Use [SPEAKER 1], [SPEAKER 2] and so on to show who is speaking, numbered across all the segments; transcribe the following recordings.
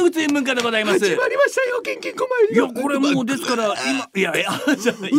[SPEAKER 1] も宇宙文化でございます
[SPEAKER 2] 始まりましたよキンキンこまい
[SPEAKER 1] いやこれもうですから今いやいや じゃあや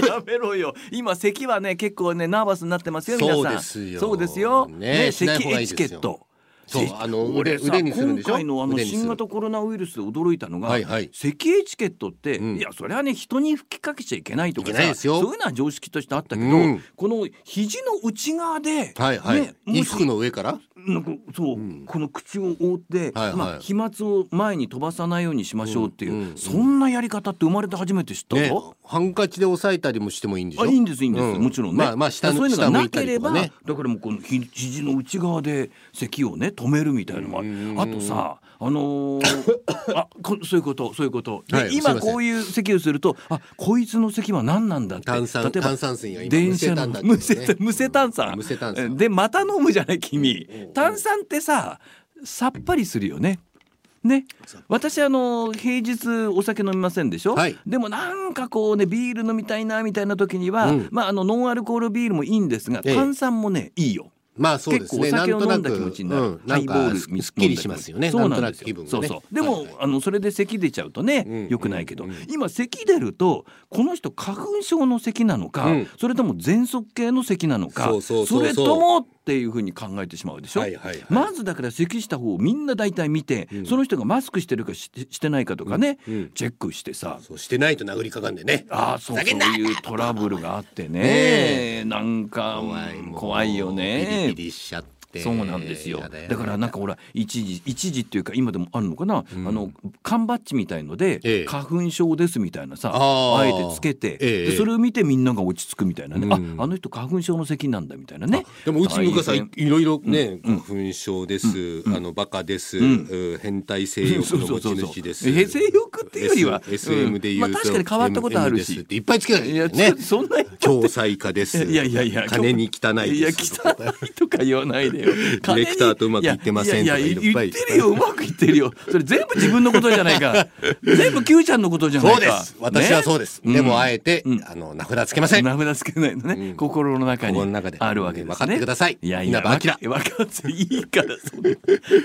[SPEAKER 1] めやめろよ今咳はね結構ねナーバスになってますよ皆さん
[SPEAKER 2] そうですよ
[SPEAKER 1] そうですよ
[SPEAKER 2] ね
[SPEAKER 1] ね
[SPEAKER 2] しない方
[SPEAKER 1] 咳
[SPEAKER 2] がい
[SPEAKER 1] エ
[SPEAKER 2] いです
[SPEAKER 1] チ
[SPEAKER 2] よ
[SPEAKER 1] ケット
[SPEAKER 2] そう
[SPEAKER 1] せ
[SPEAKER 2] あの
[SPEAKER 1] 俺さ
[SPEAKER 2] 腕にするんでしょ
[SPEAKER 1] 今回のあの
[SPEAKER 2] 腕にする
[SPEAKER 1] 新型コロナウイルスで驚いたのが、
[SPEAKER 2] はいはい
[SPEAKER 1] 咳エチケットって、
[SPEAKER 2] うん
[SPEAKER 1] いやそれはね人に吹きかけちゃいけないとか
[SPEAKER 2] いけない
[SPEAKER 1] さ
[SPEAKER 2] ですよ
[SPEAKER 1] そういうのは常識としてあったけど、
[SPEAKER 2] うん
[SPEAKER 1] この肘の内側で、
[SPEAKER 2] はいはい、
[SPEAKER 1] ね
[SPEAKER 2] 衣
[SPEAKER 1] も
[SPEAKER 2] 服
[SPEAKER 1] し
[SPEAKER 2] の上から
[SPEAKER 1] なんかそう、この口を覆って、
[SPEAKER 2] はいはい
[SPEAKER 1] まあ、飛沫を前に飛ばさないようにしましょうっていう、
[SPEAKER 2] うんうんうん
[SPEAKER 1] そんなやり方って生まれて初めて知ったぞ、
[SPEAKER 2] ねハンカチで押さえたりもしてもいいんでしょ
[SPEAKER 1] あいいんですいいんです、
[SPEAKER 2] う
[SPEAKER 1] もちろんね、
[SPEAKER 2] まあまあ下
[SPEAKER 1] そうい
[SPEAKER 2] の
[SPEAKER 1] うの
[SPEAKER 2] 下
[SPEAKER 1] が
[SPEAKER 2] 向
[SPEAKER 1] ない
[SPEAKER 2] た
[SPEAKER 1] け
[SPEAKER 2] り
[SPEAKER 1] れ
[SPEAKER 2] と
[SPEAKER 1] ば、
[SPEAKER 2] かね
[SPEAKER 1] だからもうこのひ肘の内側で咳をね止めるみたいなのもあるあとさあのー あこそういうことそういうことで、
[SPEAKER 2] はいすい
[SPEAKER 1] 今
[SPEAKER 2] ません
[SPEAKER 1] こういう咳をするとあこいつの咳は何なんだって
[SPEAKER 2] 炭酸
[SPEAKER 1] 例えば
[SPEAKER 2] 炭酸水が今
[SPEAKER 1] 電車の
[SPEAKER 2] 無
[SPEAKER 1] 無
[SPEAKER 2] 性
[SPEAKER 1] 性
[SPEAKER 2] 炭酸
[SPEAKER 1] 炭無性炭酸
[SPEAKER 2] 無性炭酸
[SPEAKER 1] でまた飲むじゃない君炭酸ってささっぱりするよねね私あの平日お酒飲みませんでしょ、
[SPEAKER 2] はい
[SPEAKER 1] でもなんかこうねビール飲みたいなみたいな時には、
[SPEAKER 2] うん
[SPEAKER 1] まああのノンアルコールビールもいいんですが
[SPEAKER 2] ええ
[SPEAKER 1] 炭酸もねいいよ
[SPEAKER 2] まあそうですね
[SPEAKER 1] 結構お酒を
[SPEAKER 2] な
[SPEAKER 1] 飲ん
[SPEAKER 2] んと
[SPEAKER 1] だ
[SPEAKER 2] な
[SPEAKER 1] 気持
[SPEAKER 2] く
[SPEAKER 1] ちになる、
[SPEAKER 2] うん、なん
[SPEAKER 1] ハイボ
[SPEAKER 2] か
[SPEAKER 1] ール
[SPEAKER 2] すすっきりしますよね
[SPEAKER 1] そう
[SPEAKER 2] なん
[SPEAKER 1] な
[SPEAKER 2] と
[SPEAKER 1] ん
[SPEAKER 2] な
[SPEAKER 1] で
[SPEAKER 2] く
[SPEAKER 1] す
[SPEAKER 2] 気
[SPEAKER 1] よ
[SPEAKER 2] 分がね
[SPEAKER 1] そうそうでも、
[SPEAKER 2] はいはい
[SPEAKER 1] あのそれで咳出ちゃうと
[SPEAKER 2] うんうん
[SPEAKER 1] ね良くないけど、
[SPEAKER 2] うん
[SPEAKER 1] 今咳出るとこの人花粉症の咳なのか、
[SPEAKER 2] うん
[SPEAKER 1] それとも喘息系の咳なのか
[SPEAKER 2] そうそうそうそう
[SPEAKER 1] れともっていうふうに考えてしまうでしょ、
[SPEAKER 2] はいはいはい
[SPEAKER 1] まずだから咳した方をみんな大体見て、
[SPEAKER 2] ん
[SPEAKER 1] その人がマスクしてるかししてないかとかね、
[SPEAKER 2] うんうん
[SPEAKER 1] チェックしてさ
[SPEAKER 2] そうしてないと殴りかかんでね
[SPEAKER 1] ああそうそう
[SPEAKER 2] ふざけんな
[SPEAKER 1] いうトラブルがあってね
[SPEAKER 2] ね
[SPEAKER 1] なんか
[SPEAKER 2] もう
[SPEAKER 1] 怖いよね
[SPEAKER 2] ピリピリしちゃって
[SPEAKER 1] そうなんですよ
[SPEAKER 2] やや
[SPEAKER 1] だからなんかほら一時一時っていうか今でもあるのかな、
[SPEAKER 2] うん
[SPEAKER 1] あの缶バッジみたいので、
[SPEAKER 2] ええ
[SPEAKER 1] 花粉症ですみたいなさ
[SPEAKER 2] あ
[SPEAKER 1] あ
[SPEAKER 2] ー
[SPEAKER 1] えてつけて、
[SPEAKER 2] ええ
[SPEAKER 1] でそれを見てみんなが落ち着くみたいなね、
[SPEAKER 2] うん
[SPEAKER 1] ああの人花粉症の咳なんだみたいなね
[SPEAKER 2] でもうちのかさ
[SPEAKER 1] 大
[SPEAKER 2] ん
[SPEAKER 1] 変
[SPEAKER 2] いろいろね、花粉症です、あのバカです、
[SPEAKER 1] ん
[SPEAKER 2] うん変態性欲の持ち主です。
[SPEAKER 1] そうそうそうそうえ性欲っていうよりは
[SPEAKER 2] S- SM で言うと、
[SPEAKER 1] まあ確かに変わったことあるし
[SPEAKER 2] M ですっていっぱいつけない
[SPEAKER 1] い
[SPEAKER 2] よ
[SPEAKER 1] や、
[SPEAKER 2] ね。
[SPEAKER 1] そそんなに
[SPEAKER 2] 共済化です。
[SPEAKER 1] いやいやいや
[SPEAKER 2] 金に汚い
[SPEAKER 1] いや
[SPEAKER 2] です。
[SPEAKER 1] 汚いとか言わない でよ。デ
[SPEAKER 2] ィレクターとうまくいってません
[SPEAKER 1] い
[SPEAKER 2] と
[SPEAKER 1] や
[SPEAKER 2] か
[SPEAKER 1] いやいや
[SPEAKER 2] いっぱ
[SPEAKER 1] 言
[SPEAKER 2] い
[SPEAKER 1] ってるようまくいってるよ。それ全部自分のことじゃない か。全部 Q ちゃんのことじゃない
[SPEAKER 2] そう
[SPEAKER 1] か。
[SPEAKER 2] です。私はそう
[SPEAKER 1] で
[SPEAKER 2] です。でもあえて、
[SPEAKER 1] うん
[SPEAKER 2] あの名札つけません。
[SPEAKER 1] 名札つけないのね、
[SPEAKER 2] ん
[SPEAKER 1] 心の中に
[SPEAKER 2] 心の中で
[SPEAKER 1] あるわけですね。
[SPEAKER 2] 分かってください
[SPEAKER 1] いやいや、
[SPEAKER 2] 稲葉明
[SPEAKER 1] わかわかっていいからそんな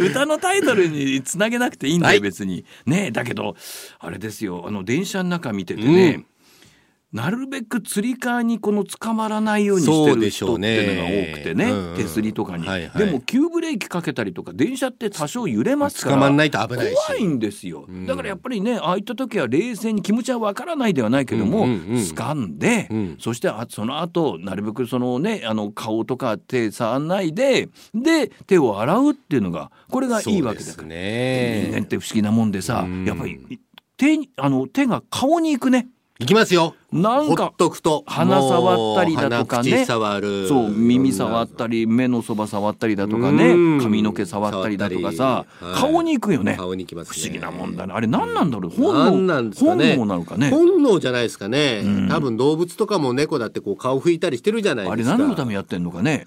[SPEAKER 1] 歌のタイトルにつなげなくていいんだよ、
[SPEAKER 2] はい
[SPEAKER 1] 別に。ねえだけどあれですよあの電車の中見ててね。
[SPEAKER 2] うん
[SPEAKER 1] なるべくつり革にこの捕まらないようにして
[SPEAKER 2] そう
[SPEAKER 1] る
[SPEAKER 2] でしょ
[SPEAKER 1] 人
[SPEAKER 2] う
[SPEAKER 1] って
[SPEAKER 2] ね
[SPEAKER 1] いうのが多くてね
[SPEAKER 2] うんうん
[SPEAKER 1] 手すりとかに、
[SPEAKER 2] はいはい
[SPEAKER 1] でも急ブレーキかけたりとか電車って多少揺れますから
[SPEAKER 2] 捕まんないと危ないし
[SPEAKER 1] 怖いんですよ、だからやっぱりねああいった時は冷静に気持ちはわからないではないけども、
[SPEAKER 2] うんうんうん
[SPEAKER 1] 掴んで、
[SPEAKER 2] うん
[SPEAKER 1] そしてあその後なるべくそのねあの顔とか手触んないでで手を洗うっていうのがこれがいいわけだ
[SPEAKER 2] そ
[SPEAKER 1] から、
[SPEAKER 2] うです
[SPEAKER 1] 人間っ
[SPEAKER 2] ね。
[SPEAKER 1] て不思議なもんでさ、
[SPEAKER 2] うん
[SPEAKER 1] やっぱり手にあの手が顔に行くね
[SPEAKER 2] いきますよ。
[SPEAKER 1] なん
[SPEAKER 2] ほ
[SPEAKER 1] か
[SPEAKER 2] っとくと
[SPEAKER 1] 鼻触ったりだとかね
[SPEAKER 2] もう鼻口触る。
[SPEAKER 1] そう耳触ったり目のそば触ったりだとか
[SPEAKER 2] うん
[SPEAKER 1] ね髪の毛触ったりだとかさ
[SPEAKER 2] 触ったりはい
[SPEAKER 1] 顔に行くよね
[SPEAKER 2] 顔に行きます
[SPEAKER 1] 不
[SPEAKER 2] ね。
[SPEAKER 1] 思議なもんだねあれ何なんだろう
[SPEAKER 2] 何
[SPEAKER 1] 本
[SPEAKER 2] な
[SPEAKER 1] 能、
[SPEAKER 2] んですか
[SPEAKER 1] 本
[SPEAKER 2] ね
[SPEAKER 1] 能なのかね
[SPEAKER 2] 本能じゃないですかね、
[SPEAKER 1] ん
[SPEAKER 2] 多分動物とかも猫だってこう顔拭いたりしてるじゃない
[SPEAKER 1] あ
[SPEAKER 2] で
[SPEAKER 1] れ
[SPEAKER 2] すか
[SPEAKER 1] 何のためやってんのかね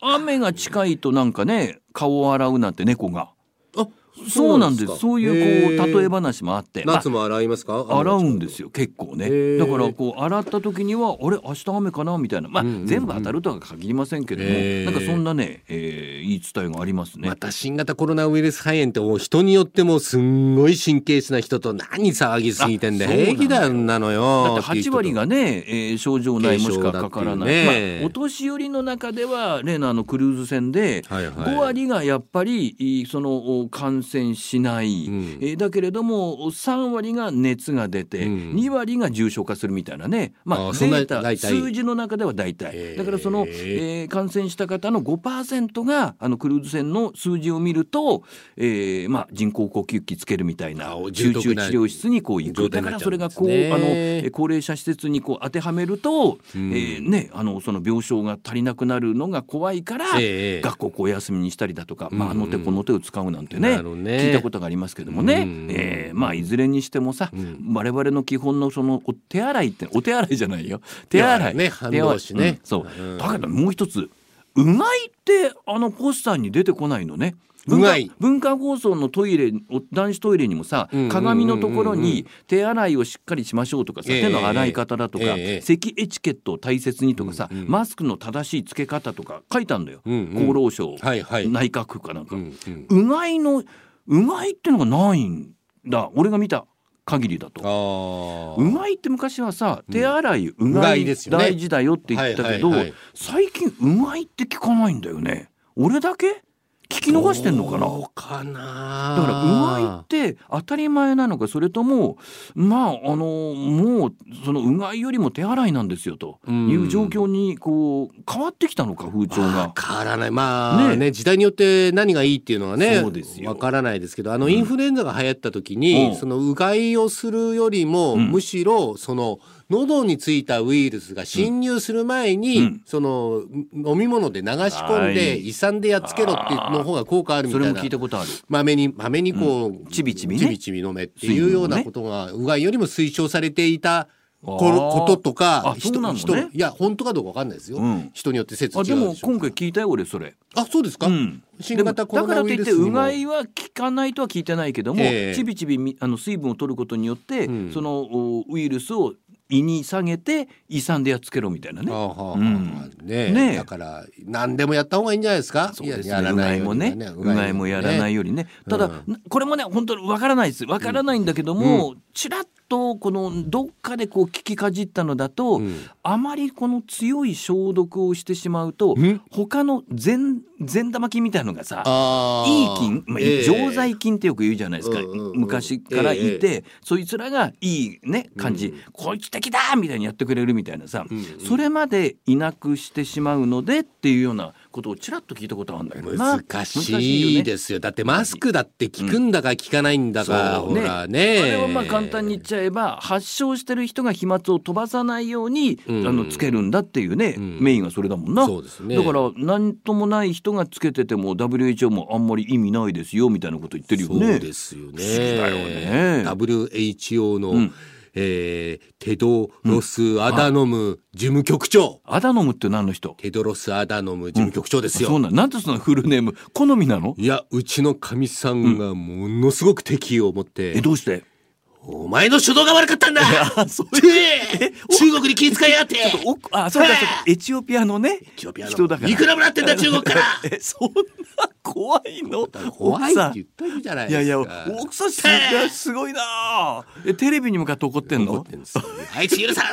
[SPEAKER 1] 雨が近いとなんかね顔を洗うなんて猫が
[SPEAKER 2] あ
[SPEAKER 1] そうなんですそういうこ
[SPEAKER 2] へ
[SPEAKER 1] う
[SPEAKER 2] ー
[SPEAKER 1] 例え話もあってまあ
[SPEAKER 2] 夏も洗いますか
[SPEAKER 1] 洗うんですよ結構
[SPEAKER 2] へ
[SPEAKER 1] ね
[SPEAKER 2] ー
[SPEAKER 1] だからこう洗った時にはあれ明日雨かなみたいなまあ
[SPEAKER 2] うんうんうん
[SPEAKER 1] 全部当たるとは限りませんけども
[SPEAKER 2] へー
[SPEAKER 1] なんかそんなねえー言い伝えがありますね
[SPEAKER 2] また新型コロナウイルス肺炎ってもう人によってもすんごい神経質な人と何騒ぎすぎてんだよ
[SPEAKER 1] あそうな
[SPEAKER 2] 平
[SPEAKER 1] んだ
[SPEAKER 2] 気だよんなのよ
[SPEAKER 1] だって8割がね、えー症状ないもしかかからない
[SPEAKER 2] 軽症だっていうね
[SPEAKER 1] まあ、お年寄りの中では例のあのクルーズ船で
[SPEAKER 2] はいはい
[SPEAKER 1] 5割がやっぱりいそのお感染しない、
[SPEAKER 2] うん
[SPEAKER 1] えーだけれどもお3割が熱が出て、
[SPEAKER 2] うん
[SPEAKER 1] 2割が重症化するみたいなね、まあ、
[SPEAKER 2] あー
[SPEAKER 1] デ
[SPEAKER 2] そんな
[SPEAKER 1] ータ
[SPEAKER 2] 大体
[SPEAKER 1] 数字の中では大
[SPEAKER 2] へー
[SPEAKER 1] 体だからその、えー感染した方の5%があのクルーズ船の数字を見ると、えーまあ、人工呼吸器つけるみたいな
[SPEAKER 2] あー重
[SPEAKER 1] 集
[SPEAKER 2] 篤
[SPEAKER 1] 中治
[SPEAKER 2] な
[SPEAKER 1] 療室にこう行
[SPEAKER 2] 状
[SPEAKER 1] く
[SPEAKER 2] 態
[SPEAKER 1] だから
[SPEAKER 2] になっちゃう
[SPEAKER 1] そ
[SPEAKER 2] ん
[SPEAKER 1] れ
[SPEAKER 2] で
[SPEAKER 1] が
[SPEAKER 2] す
[SPEAKER 1] こう
[SPEAKER 2] ね
[SPEAKER 1] あのえー高齢者施設にこう当てはめると、
[SPEAKER 2] うん
[SPEAKER 1] えーね、あのその病床が足りなくなるのが怖いから、
[SPEAKER 2] ええ
[SPEAKER 1] 学校をお休みにしたりだとか、ま
[SPEAKER 2] う
[SPEAKER 1] あ、
[SPEAKER 2] ん
[SPEAKER 1] あの手この手を使うなんてね,、
[SPEAKER 2] なるほどね
[SPEAKER 1] 聞いたことがありますけどもね、
[SPEAKER 2] うん
[SPEAKER 1] えーまあ、いずれにしてもさ、
[SPEAKER 2] うん
[SPEAKER 1] 我々の基本のそのお手洗いってお手洗いじゃないよ手洗い。
[SPEAKER 2] ね反動しね
[SPEAKER 1] 手洗いうんそう
[SPEAKER 2] うん
[SPEAKER 1] だけどもう一つうがいってあのポスターに出てこないのね。
[SPEAKER 2] うがい
[SPEAKER 1] 文化文化放送のトイレお男子トイレにもさ、
[SPEAKER 2] うんうんうんうん
[SPEAKER 1] 鏡のところに手洗いをしっかりしましょうとかさ、
[SPEAKER 2] ええ
[SPEAKER 1] 手の洗い方だとか、
[SPEAKER 2] ええ
[SPEAKER 1] 咳エチケットを大切にとかさ、
[SPEAKER 2] うんうん
[SPEAKER 1] マスクの正しいつけ方とか書いたんだよ、
[SPEAKER 2] うんうん
[SPEAKER 1] 厚労省、
[SPEAKER 2] はいはい
[SPEAKER 1] 内閣府かなんか、
[SPEAKER 2] うんうん
[SPEAKER 1] うがいのうがいってのがないんだ俺が見た限りだと
[SPEAKER 2] あ
[SPEAKER 1] うがいって昔はさ手洗い、う
[SPEAKER 2] う
[SPEAKER 1] が
[SPEAKER 2] が
[SPEAKER 1] い
[SPEAKER 2] いですよね
[SPEAKER 1] 大事だよって言ったけど、
[SPEAKER 2] はいはいはい
[SPEAKER 1] 最近うがいって聞かないんだよね俺だけ聞き逃してんのかな
[SPEAKER 2] どうかな
[SPEAKER 1] だからうがいって当たり前なのかそれともまああのもうそのうがいよりも手洗いなんですよという状況にこう変わってきたのか風潮
[SPEAKER 2] わ
[SPEAKER 1] が。
[SPEAKER 2] からないまあ
[SPEAKER 1] ね
[SPEAKER 2] ね時代によって何がいいっていうのはね
[SPEAKER 1] そうですよ
[SPEAKER 2] わからないですけどあ
[SPEAKER 1] う
[SPEAKER 2] の
[SPEAKER 1] ん
[SPEAKER 2] インフルエンザが流行った時に、
[SPEAKER 1] うん
[SPEAKER 2] そのうがいをするよりも、
[SPEAKER 1] うん
[SPEAKER 2] むしろその喉についたウイルスが侵入する前に、
[SPEAKER 1] うん
[SPEAKER 2] その飲み物で流し込ん
[SPEAKER 1] は
[SPEAKER 2] で
[SPEAKER 1] い
[SPEAKER 2] 胃酸でやっつけろっていうの方が効果あるみ
[SPEAKER 1] そ
[SPEAKER 2] たいな
[SPEAKER 1] れも聞いたことある。
[SPEAKER 2] まめにまめにこう、
[SPEAKER 1] ちびちびね
[SPEAKER 2] ちびちび飲めっていうよう
[SPEAKER 1] 水分
[SPEAKER 2] な
[SPEAKER 1] をね
[SPEAKER 2] ことが、うがいよりも推奨されていたこ
[SPEAKER 1] あー
[SPEAKER 2] こととか
[SPEAKER 1] あそうなのね
[SPEAKER 2] 人いや本当かどうかわかんないですよ、
[SPEAKER 1] うん
[SPEAKER 2] 人によって説違
[SPEAKER 1] あ
[SPEAKER 2] うで
[SPEAKER 1] で
[SPEAKER 2] しょ
[SPEAKER 1] も今回聞いたよ俺それ。
[SPEAKER 2] あそうですか、
[SPEAKER 1] うん。
[SPEAKER 2] 新型コロナウイルス
[SPEAKER 1] で
[SPEAKER 2] に
[SPEAKER 1] も
[SPEAKER 2] も
[SPEAKER 1] だからといってうがいは効かないとは聞いてないけども、
[SPEAKER 2] ええ
[SPEAKER 1] ちびちびみあの水分を取ることによって、
[SPEAKER 2] うん
[SPEAKER 1] そのおウイルスを胃に下げて胃酸でやっつけろみたいなね。
[SPEAKER 2] ああはあはあ
[SPEAKER 1] うん
[SPEAKER 2] ねえ
[SPEAKER 1] ねえ
[SPEAKER 2] だから何でもやった方がいいんじゃないですか
[SPEAKER 1] そうですね。
[SPEAKER 2] ややら
[SPEAKER 1] うが
[SPEAKER 2] ない
[SPEAKER 1] い
[SPEAKER 2] よ
[SPEAKER 1] も
[SPEAKER 2] りは
[SPEAKER 1] ね、うがいもやらないよりね。ただ、
[SPEAKER 2] う
[SPEAKER 1] これもね、本当にわからないです。わからないんだけども、ちらっとこのどっかでこう聞きかじったのだと、
[SPEAKER 2] うん
[SPEAKER 1] あまりこの強い消毒をしてしまうと、
[SPEAKER 2] うん
[SPEAKER 1] 他の善善玉菌みたいのがさ。
[SPEAKER 2] ああ
[SPEAKER 1] いい菌、まあ
[SPEAKER 2] ええ
[SPEAKER 1] 常在菌ってよく言うじゃないですか、
[SPEAKER 2] うんうんうん
[SPEAKER 1] 昔からいて、
[SPEAKER 2] え
[SPEAKER 1] そいつらがいいね感じ、
[SPEAKER 2] うん
[SPEAKER 1] こいつ敵だみたいにやってくれるみたいなさ、
[SPEAKER 2] うんうん
[SPEAKER 1] それまでいなくしてしまうのでっていうようなことをちらっと聞いたことあるんだけどな
[SPEAKER 2] 難しい
[SPEAKER 1] す
[SPEAKER 2] ですよだってマスクだって効くんだか効かないんだか、
[SPEAKER 1] そう
[SPEAKER 2] ほ
[SPEAKER 1] ね
[SPEAKER 2] ら
[SPEAKER 1] あ
[SPEAKER 2] ね
[SPEAKER 1] れはまあ簡単に言っちゃえば発症してる人が飛沫を飛ばさないように、
[SPEAKER 2] うん
[SPEAKER 1] あのつけるんだっていうね、
[SPEAKER 2] うん
[SPEAKER 1] メインはそれだもんな。
[SPEAKER 2] そうですね
[SPEAKER 1] だから何ともない人がつけてても WHO もあんまり意味ないですよみたいなこと言ってるよね。
[SPEAKER 2] そうですよ
[SPEAKER 1] 不思議だよね
[SPEAKER 2] ね。WHO の、
[SPEAKER 1] うん
[SPEAKER 2] えーテドロス・アダノム事務局長、
[SPEAKER 1] アダノムって何の人
[SPEAKER 2] テドロス・アダノム事務局長ですよ。
[SPEAKER 1] そうなんなんでそのフルネーム好みなの
[SPEAKER 2] いやうちのかみさんがものすごく敵意を持って、
[SPEAKER 1] えどうして
[SPEAKER 2] お前の初動が悪かったんだ
[SPEAKER 1] あそう
[SPEAKER 2] てめえ中国に気遣いやがって
[SPEAKER 1] ちょっと奥あそうかそうかエチオピアのね
[SPEAKER 2] エチオピアの
[SPEAKER 1] 人だから
[SPEAKER 2] いくらもらってんだ中国から
[SPEAKER 1] えそんな 怖いの
[SPEAKER 2] 怖い
[SPEAKER 1] 奥
[SPEAKER 2] って
[SPEAKER 1] さん
[SPEAKER 2] 言ったらいいじゃない
[SPEAKER 1] い
[SPEAKER 2] で
[SPEAKER 1] や
[SPEAKER 2] すか
[SPEAKER 1] いや奥さんすごいすごいなあえテレビに向かって怒ってん
[SPEAKER 2] 怒っ
[SPEAKER 1] の
[SPEAKER 2] てんですよあいつ許さん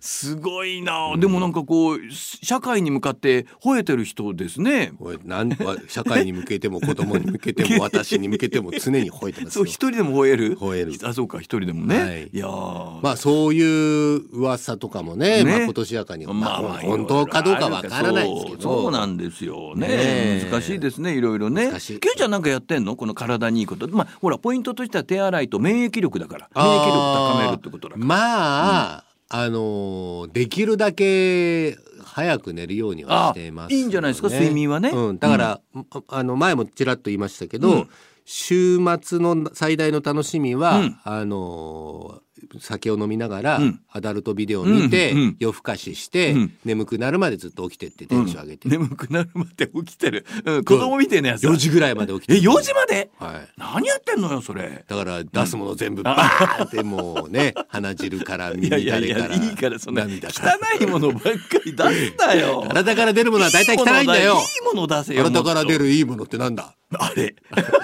[SPEAKER 1] すごいなあでもなんかこう社会に向かって吠えてる人ですね
[SPEAKER 2] おいなんわ社会に向けても子供に向け ても私に向けても常に吠えてます
[SPEAKER 1] そう
[SPEAKER 2] よ
[SPEAKER 1] 一人でも吠える
[SPEAKER 2] 吠える
[SPEAKER 1] あそうか一人でもね、
[SPEAKER 2] はい
[SPEAKER 1] い、やあ
[SPEAKER 2] まあそういう噂とかもね
[SPEAKER 1] ね
[SPEAKER 2] まあ、今年やかに、まあ、
[SPEAKER 1] いろいろ
[SPEAKER 2] 本当かどうかわからないですけど
[SPEAKER 1] そうそうなんですよね
[SPEAKER 2] ねえ
[SPEAKER 1] 難しいですねいろいろね
[SPEAKER 2] 難しい
[SPEAKER 1] Q ちゃんなんかやってんのこの体にいいことまあほらポイントとしては手洗いと免疫力だから免疫力高めるってことだから
[SPEAKER 2] まあ、あのーできるだけ早く寝るようにはしてます、
[SPEAKER 1] あいいんじゃないですか睡眠はね
[SPEAKER 2] うん、だから、ああの前もちらっと言いましたけど、
[SPEAKER 1] うん
[SPEAKER 2] 週末の最大の楽しみは、
[SPEAKER 1] うん
[SPEAKER 2] あのー酒を飲みながら、
[SPEAKER 1] うん
[SPEAKER 2] アダルトビデオを見て、
[SPEAKER 1] うんうん
[SPEAKER 2] 夜更かしして、
[SPEAKER 1] うん
[SPEAKER 2] 眠くなるまでずっと起きてってテンション上げて、
[SPEAKER 1] うん眠くなるまで起きてる、うん、子供みたいなやつだ
[SPEAKER 2] 4時ぐらいまで起きて
[SPEAKER 1] え4時まで
[SPEAKER 2] はい
[SPEAKER 1] 何やってんのよそれ
[SPEAKER 2] だから出すもの全部バーンってもうね鼻汁から耳
[SPEAKER 1] いやいや
[SPEAKER 2] 垂
[SPEAKER 1] い
[SPEAKER 2] れか
[SPEAKER 1] や
[SPEAKER 2] ら
[SPEAKER 1] いいからそんな汚
[SPEAKER 2] 涙から
[SPEAKER 1] いものばっかり出すな よ
[SPEAKER 2] 体から出るものは大体汚いんだよ
[SPEAKER 1] いいもの出せよ
[SPEAKER 2] 体から出
[SPEAKER 1] る
[SPEAKER 2] るいいものってなんだ
[SPEAKER 1] あれ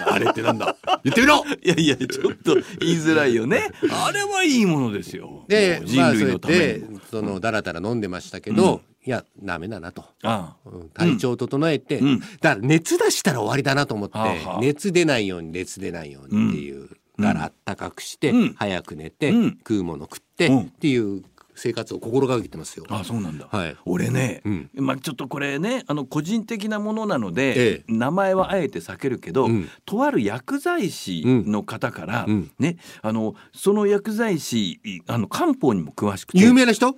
[SPEAKER 2] あれってなんだ言ってみろ
[SPEAKER 1] いやいやちょっと言いづらいよねあれはいいものですよも
[SPEAKER 2] で
[SPEAKER 1] う
[SPEAKER 2] ま
[SPEAKER 1] 人
[SPEAKER 2] あそ
[SPEAKER 1] 類
[SPEAKER 2] れ
[SPEAKER 1] のため
[SPEAKER 2] で
[SPEAKER 1] に、
[SPEAKER 2] そのだらだら飲んでましたけど、いやダメだなと。
[SPEAKER 1] ああ
[SPEAKER 2] うん体調を整えて、
[SPEAKER 1] うん
[SPEAKER 2] だから熱出したら終わりだなと思って、
[SPEAKER 1] はあはあ
[SPEAKER 2] 熱出ないように熱出ないようにっていう、だからあったかくして、
[SPEAKER 1] うん
[SPEAKER 2] 早く寝て、
[SPEAKER 1] うん
[SPEAKER 2] 食うもの食って、
[SPEAKER 1] うん
[SPEAKER 2] っていう生活を心がけてますよ。
[SPEAKER 1] あそうなんだ、
[SPEAKER 2] はい
[SPEAKER 1] 俺ね、
[SPEAKER 2] うん
[SPEAKER 1] まあ、ちょっとこれねあの個人的なものなので
[SPEAKER 2] え、
[SPEAKER 1] 名前はあえて避けるけど、
[SPEAKER 2] うん
[SPEAKER 1] とある薬剤師の方から、
[SPEAKER 2] うん
[SPEAKER 1] ね、あのその薬剤師あの漢方にも詳しくて
[SPEAKER 2] 有名な人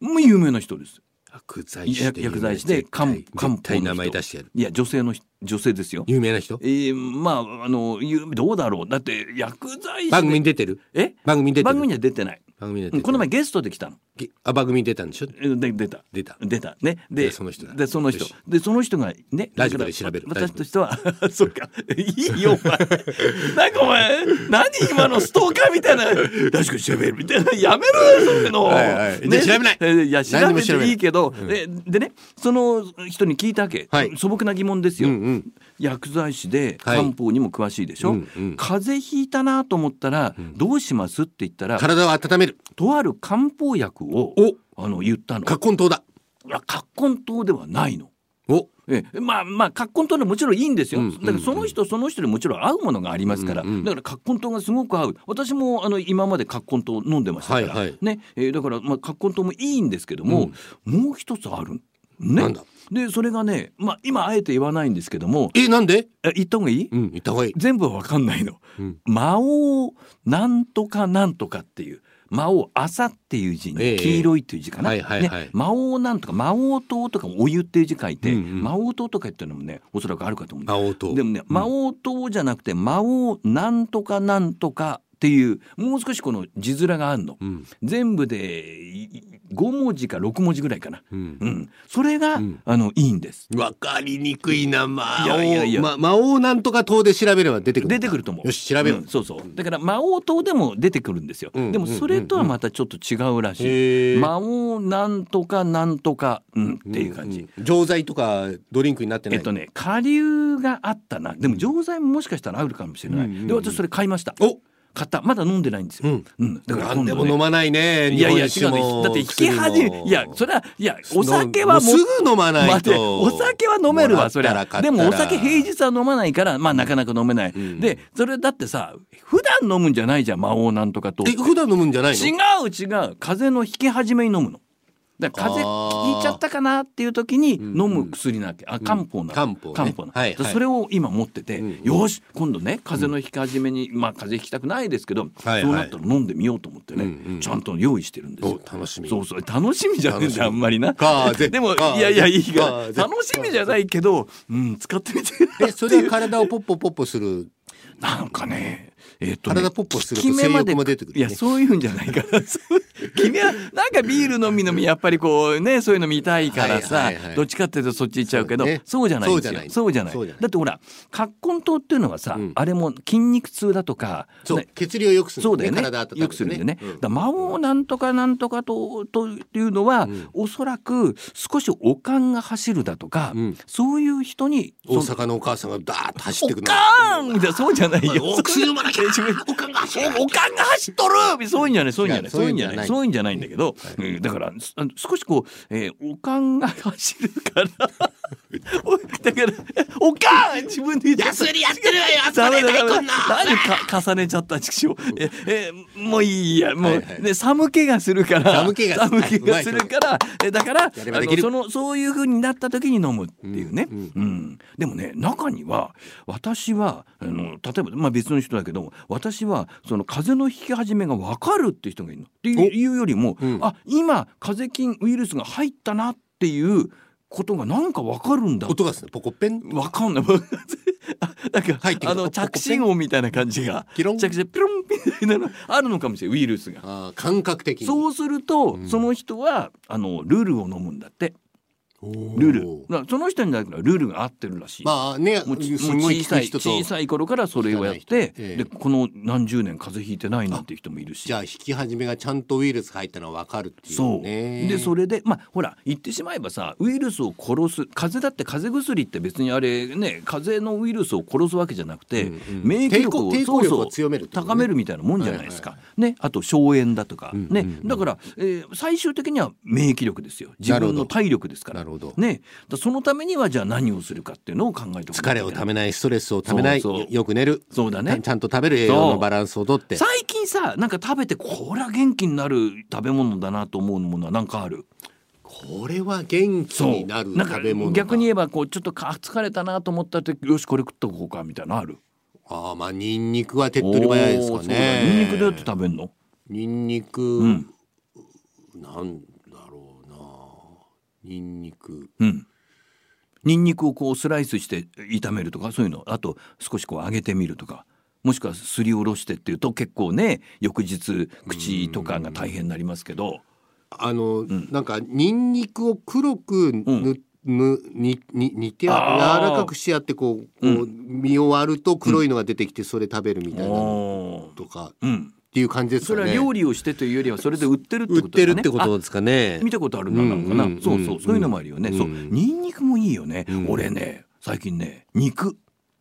[SPEAKER 1] もう有名な人です。
[SPEAKER 2] 薬剤師
[SPEAKER 1] 薬剤師で漢漢方の
[SPEAKER 2] 絶対
[SPEAKER 1] 人
[SPEAKER 2] 名前出してやる
[SPEAKER 1] いや女性の人女性ですよ。
[SPEAKER 2] 有名な人
[SPEAKER 1] えー、まああのゆどうだろうだって薬剤師で
[SPEAKER 2] 番組に出てる
[SPEAKER 1] え
[SPEAKER 2] 番組に出てる
[SPEAKER 1] 番組には出てない。
[SPEAKER 2] 番組に出て
[SPEAKER 1] うん
[SPEAKER 2] る
[SPEAKER 1] この前ゲストで来たの。
[SPEAKER 2] げあ番組に出たんでしょ
[SPEAKER 1] えで出た。
[SPEAKER 2] 出た
[SPEAKER 1] 出たね。
[SPEAKER 2] い
[SPEAKER 1] で
[SPEAKER 2] やその人だ
[SPEAKER 1] でその人
[SPEAKER 2] よし
[SPEAKER 1] でその人がね。
[SPEAKER 2] ラジオで調べる
[SPEAKER 1] だから
[SPEAKER 2] ラ
[SPEAKER 1] 私
[SPEAKER 2] ジオ
[SPEAKER 1] としては そうかいいよお前。なんかお前何今のストーカーみたいな。ラジオで調べるみたいなやめろよそういうの。
[SPEAKER 2] はいはいじゃあ調べない
[SPEAKER 1] えーいや調
[SPEAKER 2] 何で
[SPEAKER 1] べ
[SPEAKER 2] も調べ
[SPEAKER 1] て
[SPEAKER 2] ない
[SPEAKER 1] いいけど
[SPEAKER 2] うん
[SPEAKER 1] ででねその人に聞いたわけ
[SPEAKER 2] はい。
[SPEAKER 1] 素朴な疑問ですよ
[SPEAKER 2] うんう。ん
[SPEAKER 1] 薬剤師で
[SPEAKER 2] はい
[SPEAKER 1] 漢方にも詳しいでしょ、
[SPEAKER 2] うんうん
[SPEAKER 1] 風邪ひいたなと思ったら
[SPEAKER 2] ん
[SPEAKER 1] どうしますって言ったら、
[SPEAKER 2] 体を温める。
[SPEAKER 1] とある漢方薬を
[SPEAKER 2] お、
[SPEAKER 1] あの言ったの。
[SPEAKER 2] カッコン糖だ。
[SPEAKER 1] いや葛根湯ではないの。
[SPEAKER 2] お、
[SPEAKER 1] ええまあまあ葛根湯でももちろんいいんですよ、
[SPEAKER 2] うんうんうん
[SPEAKER 1] だからその人その人でもちろん合うものがありますから、
[SPEAKER 2] うんうん
[SPEAKER 1] だから葛根湯がすごく合う私もあの今まで葛根湯飲んでましたから、
[SPEAKER 2] はいはい
[SPEAKER 1] ねえーだから、まあ、葛根湯もいいんですけども、もう一つある、ね、
[SPEAKER 2] なんだ
[SPEAKER 1] でそれがね、まあ、今あえて言わないんですけども
[SPEAKER 2] え、なんで？
[SPEAKER 1] え言った方がいい、
[SPEAKER 2] うん、言った方がいい。
[SPEAKER 1] 全部は分かんないの。
[SPEAKER 2] うん
[SPEAKER 1] 魔王なんとかなんとかっていう魔王朝っていう字に、
[SPEAKER 2] ええ
[SPEAKER 1] 黄色いっていう字かな、
[SPEAKER 2] はいはいはい
[SPEAKER 1] ね、魔王なんとか魔王党とかもお湯っていう字書いて、
[SPEAKER 2] うんうん
[SPEAKER 1] 魔王党とかっていうのもねおそらくあるかと思うんだ
[SPEAKER 2] 魔王糖。
[SPEAKER 1] でもね、魔王党じゃなくて魔王なんとかなんとかっていうもう少しこの字面があるの、
[SPEAKER 2] うん、
[SPEAKER 1] 全部でい5文字か6文字ぐらいかな、
[SPEAKER 2] うん
[SPEAKER 1] う。ん、それが、
[SPEAKER 2] うん
[SPEAKER 1] あのいいんです
[SPEAKER 2] わかりにくいな、魔王。
[SPEAKER 1] いやいやいや
[SPEAKER 2] ま魔王なんとか党で調べれば出てくる。
[SPEAKER 1] 出てくると思う。
[SPEAKER 2] よし、調べよう。
[SPEAKER 1] うんそうそう。だから魔王党でも出てくるんですよ。
[SPEAKER 2] うん
[SPEAKER 1] でもそれとはまたちょっと違うらしい。
[SPEAKER 2] へー
[SPEAKER 1] 魔王なんとかなんとか、うん、っていう感じ。
[SPEAKER 2] んん錠剤とかドリンクになってな
[SPEAKER 1] え
[SPEAKER 2] い。
[SPEAKER 1] っとね下流があったなでも錠剤ももしかしたらあるかもしれない、
[SPEAKER 2] うんうんうん
[SPEAKER 1] で私それ買いました
[SPEAKER 2] お、
[SPEAKER 1] 買ったまだ飲んでないんですよ、
[SPEAKER 2] うん
[SPEAKER 1] うんだから
[SPEAKER 2] なん
[SPEAKER 1] 今
[SPEAKER 2] で
[SPEAKER 1] 度、
[SPEAKER 2] も
[SPEAKER 1] ね
[SPEAKER 2] 飲、まないね。
[SPEAKER 1] いやいや違う
[SPEAKER 2] 日本酒も
[SPEAKER 1] だって引き始
[SPEAKER 2] 薬
[SPEAKER 1] め
[SPEAKER 2] も
[SPEAKER 1] いやそれはいやお酒は
[SPEAKER 2] も
[SPEAKER 1] も
[SPEAKER 2] う
[SPEAKER 1] う
[SPEAKER 2] すぐ飲まない
[SPEAKER 1] 待って
[SPEAKER 2] と。
[SPEAKER 1] お酒は飲めるわそり
[SPEAKER 2] もら
[SPEAKER 1] ゃ
[SPEAKER 2] ったら
[SPEAKER 1] でもお酒平
[SPEAKER 2] 買っ
[SPEAKER 1] 日は飲まないからまあなかなか飲めない、
[SPEAKER 2] ん
[SPEAKER 1] でそれだってさ普段飲むんじゃないじゃん魔王なんとかと
[SPEAKER 2] たらえ、普段飲むんじゃない
[SPEAKER 1] 違
[SPEAKER 2] の？
[SPEAKER 1] う違う風邪の引き始めに飲むのだから風邪ひいちゃったかなっていう時に飲む薬なわけ、あ漢方なの、
[SPEAKER 2] 漢方ね
[SPEAKER 1] 漢方なの、
[SPEAKER 2] はいはい
[SPEAKER 1] それを今持ってて、
[SPEAKER 2] うん
[SPEAKER 1] よし今度ね風邪の引き始めに、まあ風邪ひきたくないですけど、
[SPEAKER 2] はい
[SPEAKER 1] そうなったら飲んでみようと思ってね、
[SPEAKER 2] うんうん
[SPEAKER 1] ちゃんと用意してるんですよ
[SPEAKER 2] お楽しみ
[SPEAKER 1] そうそう楽しみじゃねえんだよあんまりな
[SPEAKER 2] 風
[SPEAKER 1] でも
[SPEAKER 2] 風
[SPEAKER 1] いやいやいいが
[SPEAKER 2] 風
[SPEAKER 1] 楽しみじゃないけど、うん、使って みて
[SPEAKER 2] え、それは体をポッポポッポする。
[SPEAKER 1] なんかね、えっとね、
[SPEAKER 2] 体ポッポすると
[SPEAKER 1] 効き目まで
[SPEAKER 2] 性欲も出てくるよね
[SPEAKER 1] いや、そういうんじゃないから。 そう君は、なんかビール飲み飲み、やっぱりこうね、そういうの見たいからさ、
[SPEAKER 2] はいはいはい
[SPEAKER 1] どっちかっていうとそっち行っちゃうけど、
[SPEAKER 2] そ
[SPEAKER 1] そうう,、
[SPEAKER 2] ね
[SPEAKER 1] じゃないんですよ。
[SPEAKER 2] そ
[SPEAKER 1] そうう
[SPEAKER 2] じ
[SPEAKER 1] じ
[SPEAKER 2] ゃ
[SPEAKER 1] ゃ
[SPEAKER 2] な
[SPEAKER 1] ないい。
[SPEAKER 2] そうじゃない
[SPEAKER 1] だってほら、葛根湯っていうのはさ、
[SPEAKER 2] うん
[SPEAKER 1] あれも筋肉痛だとか、
[SPEAKER 2] そう
[SPEAKER 1] ね。
[SPEAKER 2] 血流を良くする。
[SPEAKER 1] そうだよね
[SPEAKER 2] 体温め
[SPEAKER 1] よくするんでね、
[SPEAKER 2] うん
[SPEAKER 1] だから魔王なんとかなんとかとというのは、
[SPEAKER 2] ん
[SPEAKER 1] おそらく少し悪感が走るだとか、
[SPEAKER 2] うん
[SPEAKER 1] そういう人に
[SPEAKER 2] 大阪のお母さんがダーッと走ってく
[SPEAKER 1] お
[SPEAKER 2] る
[SPEAKER 1] かんみたいなそうじゃないよ。
[SPEAKER 2] お薬飲まなき ゃおかんが走る
[SPEAKER 1] おかんが走っとるそういうんじゃないそういうんじゃない
[SPEAKER 2] そ
[SPEAKER 1] そうういうんじゃないいそう
[SPEAKER 2] いうんじゃな
[SPEAKER 1] いうんじゃないんだけど、うんだからすあの少しこう、えーおかんが走るから おだからおかん自分で言っちゃった
[SPEAKER 2] 薬やってるわよ あ
[SPEAKER 1] ダメだダメだ
[SPEAKER 2] の
[SPEAKER 1] 何か重ねちゃった畜生ええもういいやもう、
[SPEAKER 2] はいはい
[SPEAKER 1] ね寒気がするから
[SPEAKER 2] 寒気がする
[SPEAKER 1] 寒気がするからえだからあ
[SPEAKER 2] やればでき
[SPEAKER 1] の
[SPEAKER 2] る
[SPEAKER 1] そのそういう風になった時に飲むっていうね、
[SPEAKER 2] う
[SPEAKER 1] うんん
[SPEAKER 2] うん
[SPEAKER 1] でもね中には私はあの例えば、まあ、別の人だけども私はその風邪の引き始めが分かるっていう人がいるのっていういうよりも、
[SPEAKER 2] うん
[SPEAKER 1] あ今風邪菌ウイルスが入ったなっていうことがなんか分かるんだ
[SPEAKER 2] 音がするポコペン
[SPEAKER 1] わかんない。 あなんか、
[SPEAKER 2] 入ってくる
[SPEAKER 1] あの着信音みたいな感じが。
[SPEAKER 2] キロン
[SPEAKER 1] 着信、ピロンみたいなのあるのかもしれない、ウイルスが。
[SPEAKER 2] あー感覚的 に
[SPEAKER 1] そうすると、
[SPEAKER 2] うん
[SPEAKER 1] その人は、あのルールを飲むんだって。
[SPEAKER 2] おー
[SPEAKER 1] ルール。だからその人にだからルールが合ってるらしい。
[SPEAKER 2] まあねす
[SPEAKER 1] もうちも
[SPEAKER 2] ご
[SPEAKER 1] う
[SPEAKER 2] い
[SPEAKER 1] 小さ
[SPEAKER 2] 聞く
[SPEAKER 1] い
[SPEAKER 2] 人と
[SPEAKER 1] 小さい頃からそれをやって、
[SPEAKER 2] 聞かない人ええ
[SPEAKER 1] でこの何十年風邪ひいてないなんていう人もいるし
[SPEAKER 2] じゃあ引き始めがちゃんとウイルス入ったのは分かるっていう
[SPEAKER 1] そう
[SPEAKER 2] ね
[SPEAKER 1] でそれでまあほら言ってしまえばさウイルスを殺す風邪だって風邪薬って別にあれね風邪のウイルスを殺すわけじゃなくて、
[SPEAKER 2] うんうん
[SPEAKER 1] 免疫力を
[SPEAKER 2] 抵抗抵抗力を強めるってことね
[SPEAKER 1] 高めるみたいなもんじゃないですか、ねあと消炎だとか、
[SPEAKER 2] うん
[SPEAKER 1] ね
[SPEAKER 2] うんうん
[SPEAKER 1] だから、えー最終的には免疫力ですよ自分の体力ですから
[SPEAKER 2] なるほど
[SPEAKER 1] ねだからそのためにはじゃあ何をするかっていうのを考えておかな
[SPEAKER 2] 疲
[SPEAKER 1] きゃいけ
[SPEAKER 2] れ
[SPEAKER 1] ない
[SPEAKER 2] をためないストレスをためない
[SPEAKER 1] そうそう
[SPEAKER 2] よよく寝る
[SPEAKER 1] そうだね
[SPEAKER 2] たちゃんと食べる栄養のバランスをとって
[SPEAKER 1] 最近さなんか食べてこりゃ元気になる食べ物だなと思うものは何かある
[SPEAKER 2] これは元気になる
[SPEAKER 1] なんか
[SPEAKER 2] 食べ物だ
[SPEAKER 1] 逆に言えばこうちょっとか疲れたなと思った時よしこれ食っとこうかみたいなのある
[SPEAKER 2] ああまあニンニクは手っ取り早いですか
[SPEAKER 1] おーそうだ
[SPEAKER 2] ね
[SPEAKER 1] ニンニクどうやって食べんの
[SPEAKER 2] ニンニク、
[SPEAKER 1] ん
[SPEAKER 2] なんだろうなニンニク
[SPEAKER 1] うんニンニクをこうスライスして炒めるとかそういうのあと少しこう揚げてみるとかもしくはすりおろしてっていうと結構ね翌日口とかが大変になりますけど
[SPEAKER 2] あの、なんかニンニクを黒くぬ、ぬにに煮て柔
[SPEAKER 1] あー
[SPEAKER 2] らかくしてやってこうこう、身を割ると黒いのが出てきてそれ食べるみたいなの
[SPEAKER 1] おー
[SPEAKER 2] とかっ
[SPEAKER 1] うん
[SPEAKER 2] ていう感じです
[SPEAKER 1] そ
[SPEAKER 2] かね
[SPEAKER 1] れは料理をしてというよりはそれで売ってるって
[SPEAKER 2] 売
[SPEAKER 1] こと
[SPEAKER 2] っ
[SPEAKER 1] だ
[SPEAKER 2] て
[SPEAKER 1] よね
[SPEAKER 2] るってことですかね
[SPEAKER 1] 見たことあるななんかな、
[SPEAKER 2] うんうん
[SPEAKER 1] そうそうそういうのもあるよね、
[SPEAKER 2] うん
[SPEAKER 1] そうニンニクもいいよね、
[SPEAKER 2] うん
[SPEAKER 1] 俺ね最近ね肉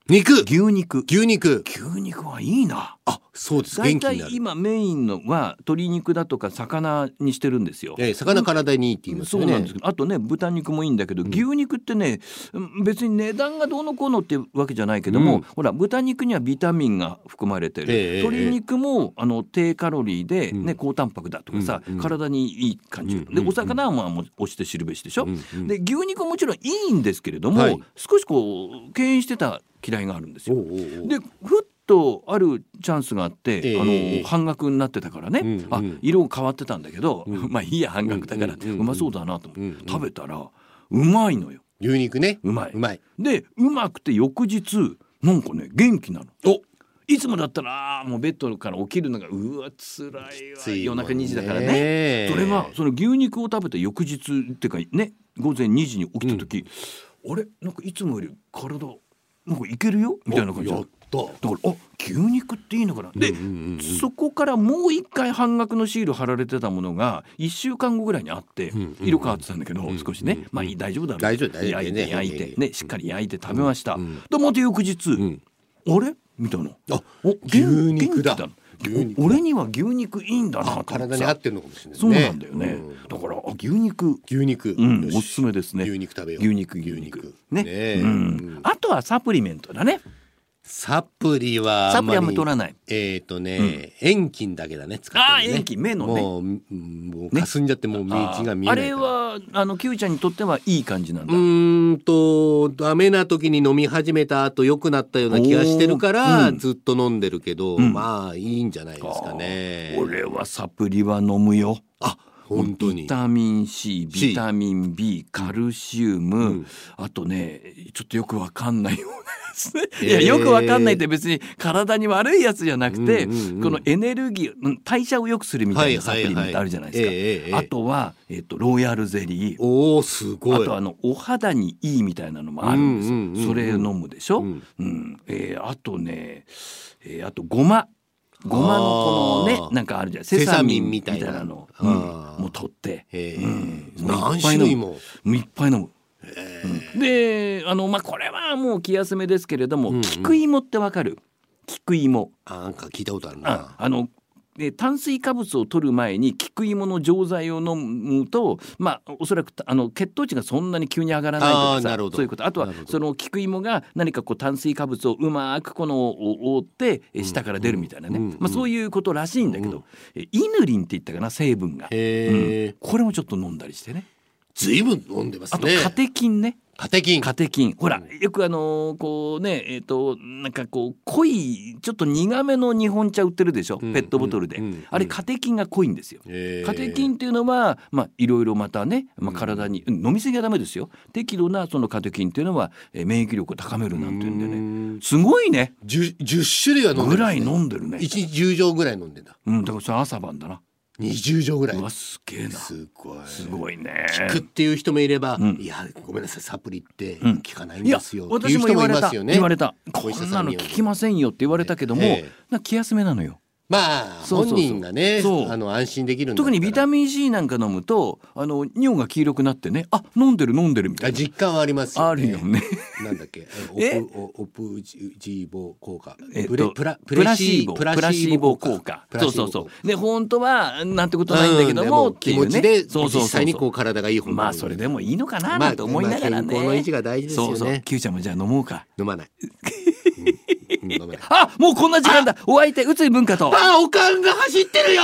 [SPEAKER 2] 肉
[SPEAKER 1] 牛肉
[SPEAKER 2] 牛肉
[SPEAKER 1] 牛肉はいいな
[SPEAKER 2] あそうです
[SPEAKER 1] 大
[SPEAKER 2] 元気に
[SPEAKER 1] 体
[SPEAKER 2] なる、
[SPEAKER 1] 今メインのは鶏肉だとか魚にしてるんですよ。
[SPEAKER 2] ええ、魚体にいいって言います
[SPEAKER 1] そ
[SPEAKER 2] よ
[SPEAKER 1] う
[SPEAKER 2] ね
[SPEAKER 1] なんですけどあとね豚肉もいいんだけど、牛肉ってねうん別に値段がどうのこうのってわけじゃないけども、
[SPEAKER 2] うん
[SPEAKER 1] ほら豚肉にはビタミンが含まれてる、
[SPEAKER 2] ええ
[SPEAKER 1] 鶏肉もあの低カロリーで、ね
[SPEAKER 2] うん
[SPEAKER 1] 高タンパクだとかさ、
[SPEAKER 2] うんうん
[SPEAKER 1] 体にいい感じ、
[SPEAKER 2] うん
[SPEAKER 1] で
[SPEAKER 2] うん
[SPEAKER 1] お魚はまあもう押して知るべしでしょ、
[SPEAKER 2] うんうん
[SPEAKER 1] で牛肉もちろんいいんですけれども、
[SPEAKER 2] はい
[SPEAKER 1] 少しこう敬遠してた嫌いがあるんですよ
[SPEAKER 2] お。うおうおう
[SPEAKER 1] でふっとあるチャンスがあって、
[SPEAKER 2] ええ
[SPEAKER 1] あの
[SPEAKER 2] ええ
[SPEAKER 1] 半額になってたからね、
[SPEAKER 2] うんうん
[SPEAKER 1] あ色変わってたんだけど、
[SPEAKER 2] う ん
[SPEAKER 1] まあいいや半額だから、
[SPEAKER 2] う
[SPEAKER 1] うん
[SPEAKER 2] うんうん
[SPEAKER 1] まそうだなと思って、
[SPEAKER 2] うんうん
[SPEAKER 1] 食べたらうまいのよ
[SPEAKER 2] 牛肉ね
[SPEAKER 1] うまいう
[SPEAKER 2] まい
[SPEAKER 1] でうまくて翌日なんかね元気なの。
[SPEAKER 2] お
[SPEAKER 1] いつもだったらあーもうベッドから起きるのがうわ辛いわ
[SPEAKER 2] つい
[SPEAKER 1] 夜中2時だからね
[SPEAKER 2] ね
[SPEAKER 1] それがその牛肉を食べた翌日っていうかね午前2時に起きた時、あれなんかいつもより体なんかいけるよみたいな感じ
[SPEAKER 2] お
[SPEAKER 1] だ
[SPEAKER 2] や
[SPEAKER 1] っ
[SPEAKER 2] ったた
[SPEAKER 1] だからあ牛肉っていいのかなで、
[SPEAKER 2] うんうんうん
[SPEAKER 1] そこからもう一回半額のシール貼られてたものが1週間後ぐらいにあって
[SPEAKER 2] んうんうん
[SPEAKER 1] 色変わってたんだけど
[SPEAKER 2] んうん
[SPEAKER 1] 少しねまあいい大丈夫だろう
[SPEAKER 2] 大丈夫大丈夫
[SPEAKER 1] 焼い
[SPEAKER 2] ね
[SPEAKER 1] て焼い
[SPEAKER 2] えええ
[SPEAKER 1] て
[SPEAKER 2] え
[SPEAKER 1] ねしっかり焼いて食べました
[SPEAKER 2] うん
[SPEAKER 1] とまた翌日
[SPEAKER 2] ん
[SPEAKER 1] あれみたいな
[SPEAKER 2] あ
[SPEAKER 1] お
[SPEAKER 2] 牛肉だ
[SPEAKER 1] 元気
[SPEAKER 2] 牛肉だ
[SPEAKER 1] お俺には牛肉いいんだなと思って
[SPEAKER 2] 体に合
[SPEAKER 1] さ
[SPEAKER 2] ってるのかもしれないね
[SPEAKER 1] そうなんだよね
[SPEAKER 2] うん
[SPEAKER 1] だからあ牛肉
[SPEAKER 2] 牛肉
[SPEAKER 1] うん
[SPEAKER 2] よし
[SPEAKER 1] おすすめですね
[SPEAKER 2] 牛肉食べよう
[SPEAKER 1] 牛肉
[SPEAKER 2] 牛
[SPEAKER 1] 牛
[SPEAKER 2] 肉
[SPEAKER 1] 肉
[SPEAKER 2] ね
[SPEAKER 1] ね
[SPEAKER 2] え
[SPEAKER 1] うんあとはサプリメントだね
[SPEAKER 2] サプリはあ
[SPEAKER 1] サ
[SPEAKER 2] ん
[SPEAKER 1] プリ
[SPEAKER 2] まり
[SPEAKER 1] はもう取らない
[SPEAKER 2] えっ、とね、遠近だけだね使ってるね
[SPEAKER 1] あー遠近目のね
[SPEAKER 2] もううんもう霞んじゃってもう道が見えな
[SPEAKER 1] あ
[SPEAKER 2] いから
[SPEAKER 1] れはあのキュウちゃんにとってはいい感じなん
[SPEAKER 2] う
[SPEAKER 1] だ
[SPEAKER 2] ーんとダメな時に飲み始めた後良くなったような気がしてるから、
[SPEAKER 1] おーうん
[SPEAKER 2] ずっと飲んでるけど、
[SPEAKER 1] ん
[SPEAKER 2] まあいいんじゃないですかね。
[SPEAKER 1] 俺はサプリは飲むよ
[SPEAKER 2] あ本当に
[SPEAKER 1] ビタミン C
[SPEAKER 2] ビタミン C
[SPEAKER 1] ビタミン B カルシウム、
[SPEAKER 2] うん
[SPEAKER 1] あとねちょっとよくわかんないようなやつね、
[SPEAKER 2] えー
[SPEAKER 1] いやよくわかんないって別に体に悪いやつじゃなくて、
[SPEAKER 2] うんうんうん
[SPEAKER 1] このエネルギーうん代謝を良くするみたいなサプリメントあるじゃないですか、
[SPEAKER 2] はいはいはいええええええ
[SPEAKER 1] あとは、えっとロイヤルゼリー
[SPEAKER 2] おおすご
[SPEAKER 1] あ
[SPEAKER 2] い。
[SPEAKER 1] とあのお肌にいいみたいなのもあるんですよ、
[SPEAKER 2] うんうんうんうん
[SPEAKER 1] それ飲むでしょ、
[SPEAKER 2] う
[SPEAKER 1] うんんえーあとね、えーあとごまごまのこ
[SPEAKER 2] あ
[SPEAKER 1] のね
[SPEAKER 2] ー
[SPEAKER 1] なんかあるじゃん
[SPEAKER 2] セ
[SPEAKER 1] セ
[SPEAKER 2] サ
[SPEAKER 1] サミ
[SPEAKER 2] ミン
[SPEAKER 1] ン
[SPEAKER 2] み
[SPEAKER 1] み
[SPEAKER 2] た
[SPEAKER 1] た
[SPEAKER 2] い
[SPEAKER 1] い
[SPEAKER 2] な
[SPEAKER 1] なの、う
[SPEAKER 2] あ
[SPEAKER 1] ん
[SPEAKER 2] ー
[SPEAKER 1] もう取って、
[SPEAKER 2] へー
[SPEAKER 1] うん
[SPEAKER 2] 何種類
[SPEAKER 1] いっぱ
[SPEAKER 2] も
[SPEAKER 1] い飲むいっぱい飲むうんであのまあこれはもう気休めですけれども、
[SPEAKER 2] うんうん
[SPEAKER 1] 菊芋ってわかる菊芋
[SPEAKER 2] あなんか聞いたことある
[SPEAKER 1] あ
[SPEAKER 2] な。
[SPEAKER 1] あのえ炭水化物を取る前に菊芋の錠剤を飲むと、まあ、おそらくあの血糖値がそんなに急に上がらないと
[SPEAKER 2] あー
[SPEAKER 1] か
[SPEAKER 2] な
[SPEAKER 1] さ
[SPEAKER 2] るほど
[SPEAKER 1] そういうことあとは
[SPEAKER 2] なるほど
[SPEAKER 1] その菊芋が何かこう炭水化物をうまくこのお覆ってえ下から出るみたいなね、
[SPEAKER 2] うんうん
[SPEAKER 1] まあ、そういうことらしいんだけど、
[SPEAKER 2] うん
[SPEAKER 1] えイヌリンって言ったかな成分が、
[SPEAKER 2] へえ、
[SPEAKER 1] これもちょっと飲んだりしてね
[SPEAKER 2] ずいぶん飲んでます
[SPEAKER 1] あと
[SPEAKER 2] ね。
[SPEAKER 1] カテキンね
[SPEAKER 2] カ テキン。
[SPEAKER 1] カテキンほら
[SPEAKER 2] う
[SPEAKER 1] よくあのーこうねえっ、となんかこう濃いちょっと苦めの日本茶売ってるでしょ、
[SPEAKER 2] うん
[SPEAKER 1] ペットボトルで、
[SPEAKER 2] うんうん
[SPEAKER 1] あれカテキンが濃いんですよ。
[SPEAKER 2] へー
[SPEAKER 1] カテキンっていうのはまあいろいろまたね、まあ、体に、うん飲み過ぎはダメですよ適度なそのカテキンっていうのは、えー免疫力を高めるなんていうんで
[SPEAKER 2] う
[SPEAKER 1] ね
[SPEAKER 2] ん
[SPEAKER 1] すごいね
[SPEAKER 2] 十十種類は飲んでる、
[SPEAKER 1] ぐらい飲んでるね、
[SPEAKER 2] 一日十錠ぐらい飲んでんだ。
[SPEAKER 1] うん、だからそれ朝晩だな。
[SPEAKER 2] 二十錠ぐらいう
[SPEAKER 1] わすげえなす
[SPEAKER 2] すごい。
[SPEAKER 1] ごいね
[SPEAKER 2] 聞くっていう人もいれば、
[SPEAKER 1] ん
[SPEAKER 2] いやごめんなさいサプリって
[SPEAKER 1] うん
[SPEAKER 2] 聞かないんですよ、ってい
[SPEAKER 1] 私
[SPEAKER 2] う
[SPEAKER 1] も
[SPEAKER 2] 人
[SPEAKER 1] 言
[SPEAKER 2] もい
[SPEAKER 1] われ
[SPEAKER 2] ま
[SPEAKER 1] た
[SPEAKER 2] すよね。
[SPEAKER 1] 言われたこ
[SPEAKER 2] お医者
[SPEAKER 1] ん
[SPEAKER 2] さ
[SPEAKER 1] なんの
[SPEAKER 2] による
[SPEAKER 1] 聞きませんよって言われたけども、
[SPEAKER 2] ええ
[SPEAKER 1] なんか気休めなのよ
[SPEAKER 2] まあ
[SPEAKER 1] そうそうそう
[SPEAKER 2] 本人がね
[SPEAKER 1] そう
[SPEAKER 2] あの安心できるんだったら
[SPEAKER 1] 特にビタミン C なんか飲むとあの尿が黄色くなってねあ飲んでる飲んでるみた
[SPEAKER 2] あ
[SPEAKER 1] いな
[SPEAKER 2] 実感はありますよね。
[SPEAKER 1] あるよね
[SPEAKER 2] なんだっ け
[SPEAKER 1] え
[SPEAKER 2] オプオオプジーボ効果、
[SPEAKER 1] えっ
[SPEAKER 2] プレ
[SPEAKER 1] と
[SPEAKER 2] プラ
[SPEAKER 1] プラシーボプラシーボ効果そうそうそうで本当はなんてことないんだけども,、
[SPEAKER 2] うん
[SPEAKER 1] って
[SPEAKER 2] 気
[SPEAKER 1] いうね
[SPEAKER 2] 持ちで
[SPEAKER 1] そうそうそう
[SPEAKER 2] 実際にこう体がいい方向に
[SPEAKER 1] まあそれでもいいのかな
[SPEAKER 2] まあ
[SPEAKER 1] なんて思いながらね、
[SPEAKER 2] まあ健康の維持が大事ですよね
[SPEAKER 1] そうそう Q ちゃんもじゃあ飲もうか
[SPEAKER 2] 飲まない。うんうん飲まない。
[SPEAKER 1] あもうこんな時間だお相手宇津井文化と
[SPEAKER 2] あおかんが走ってるよ。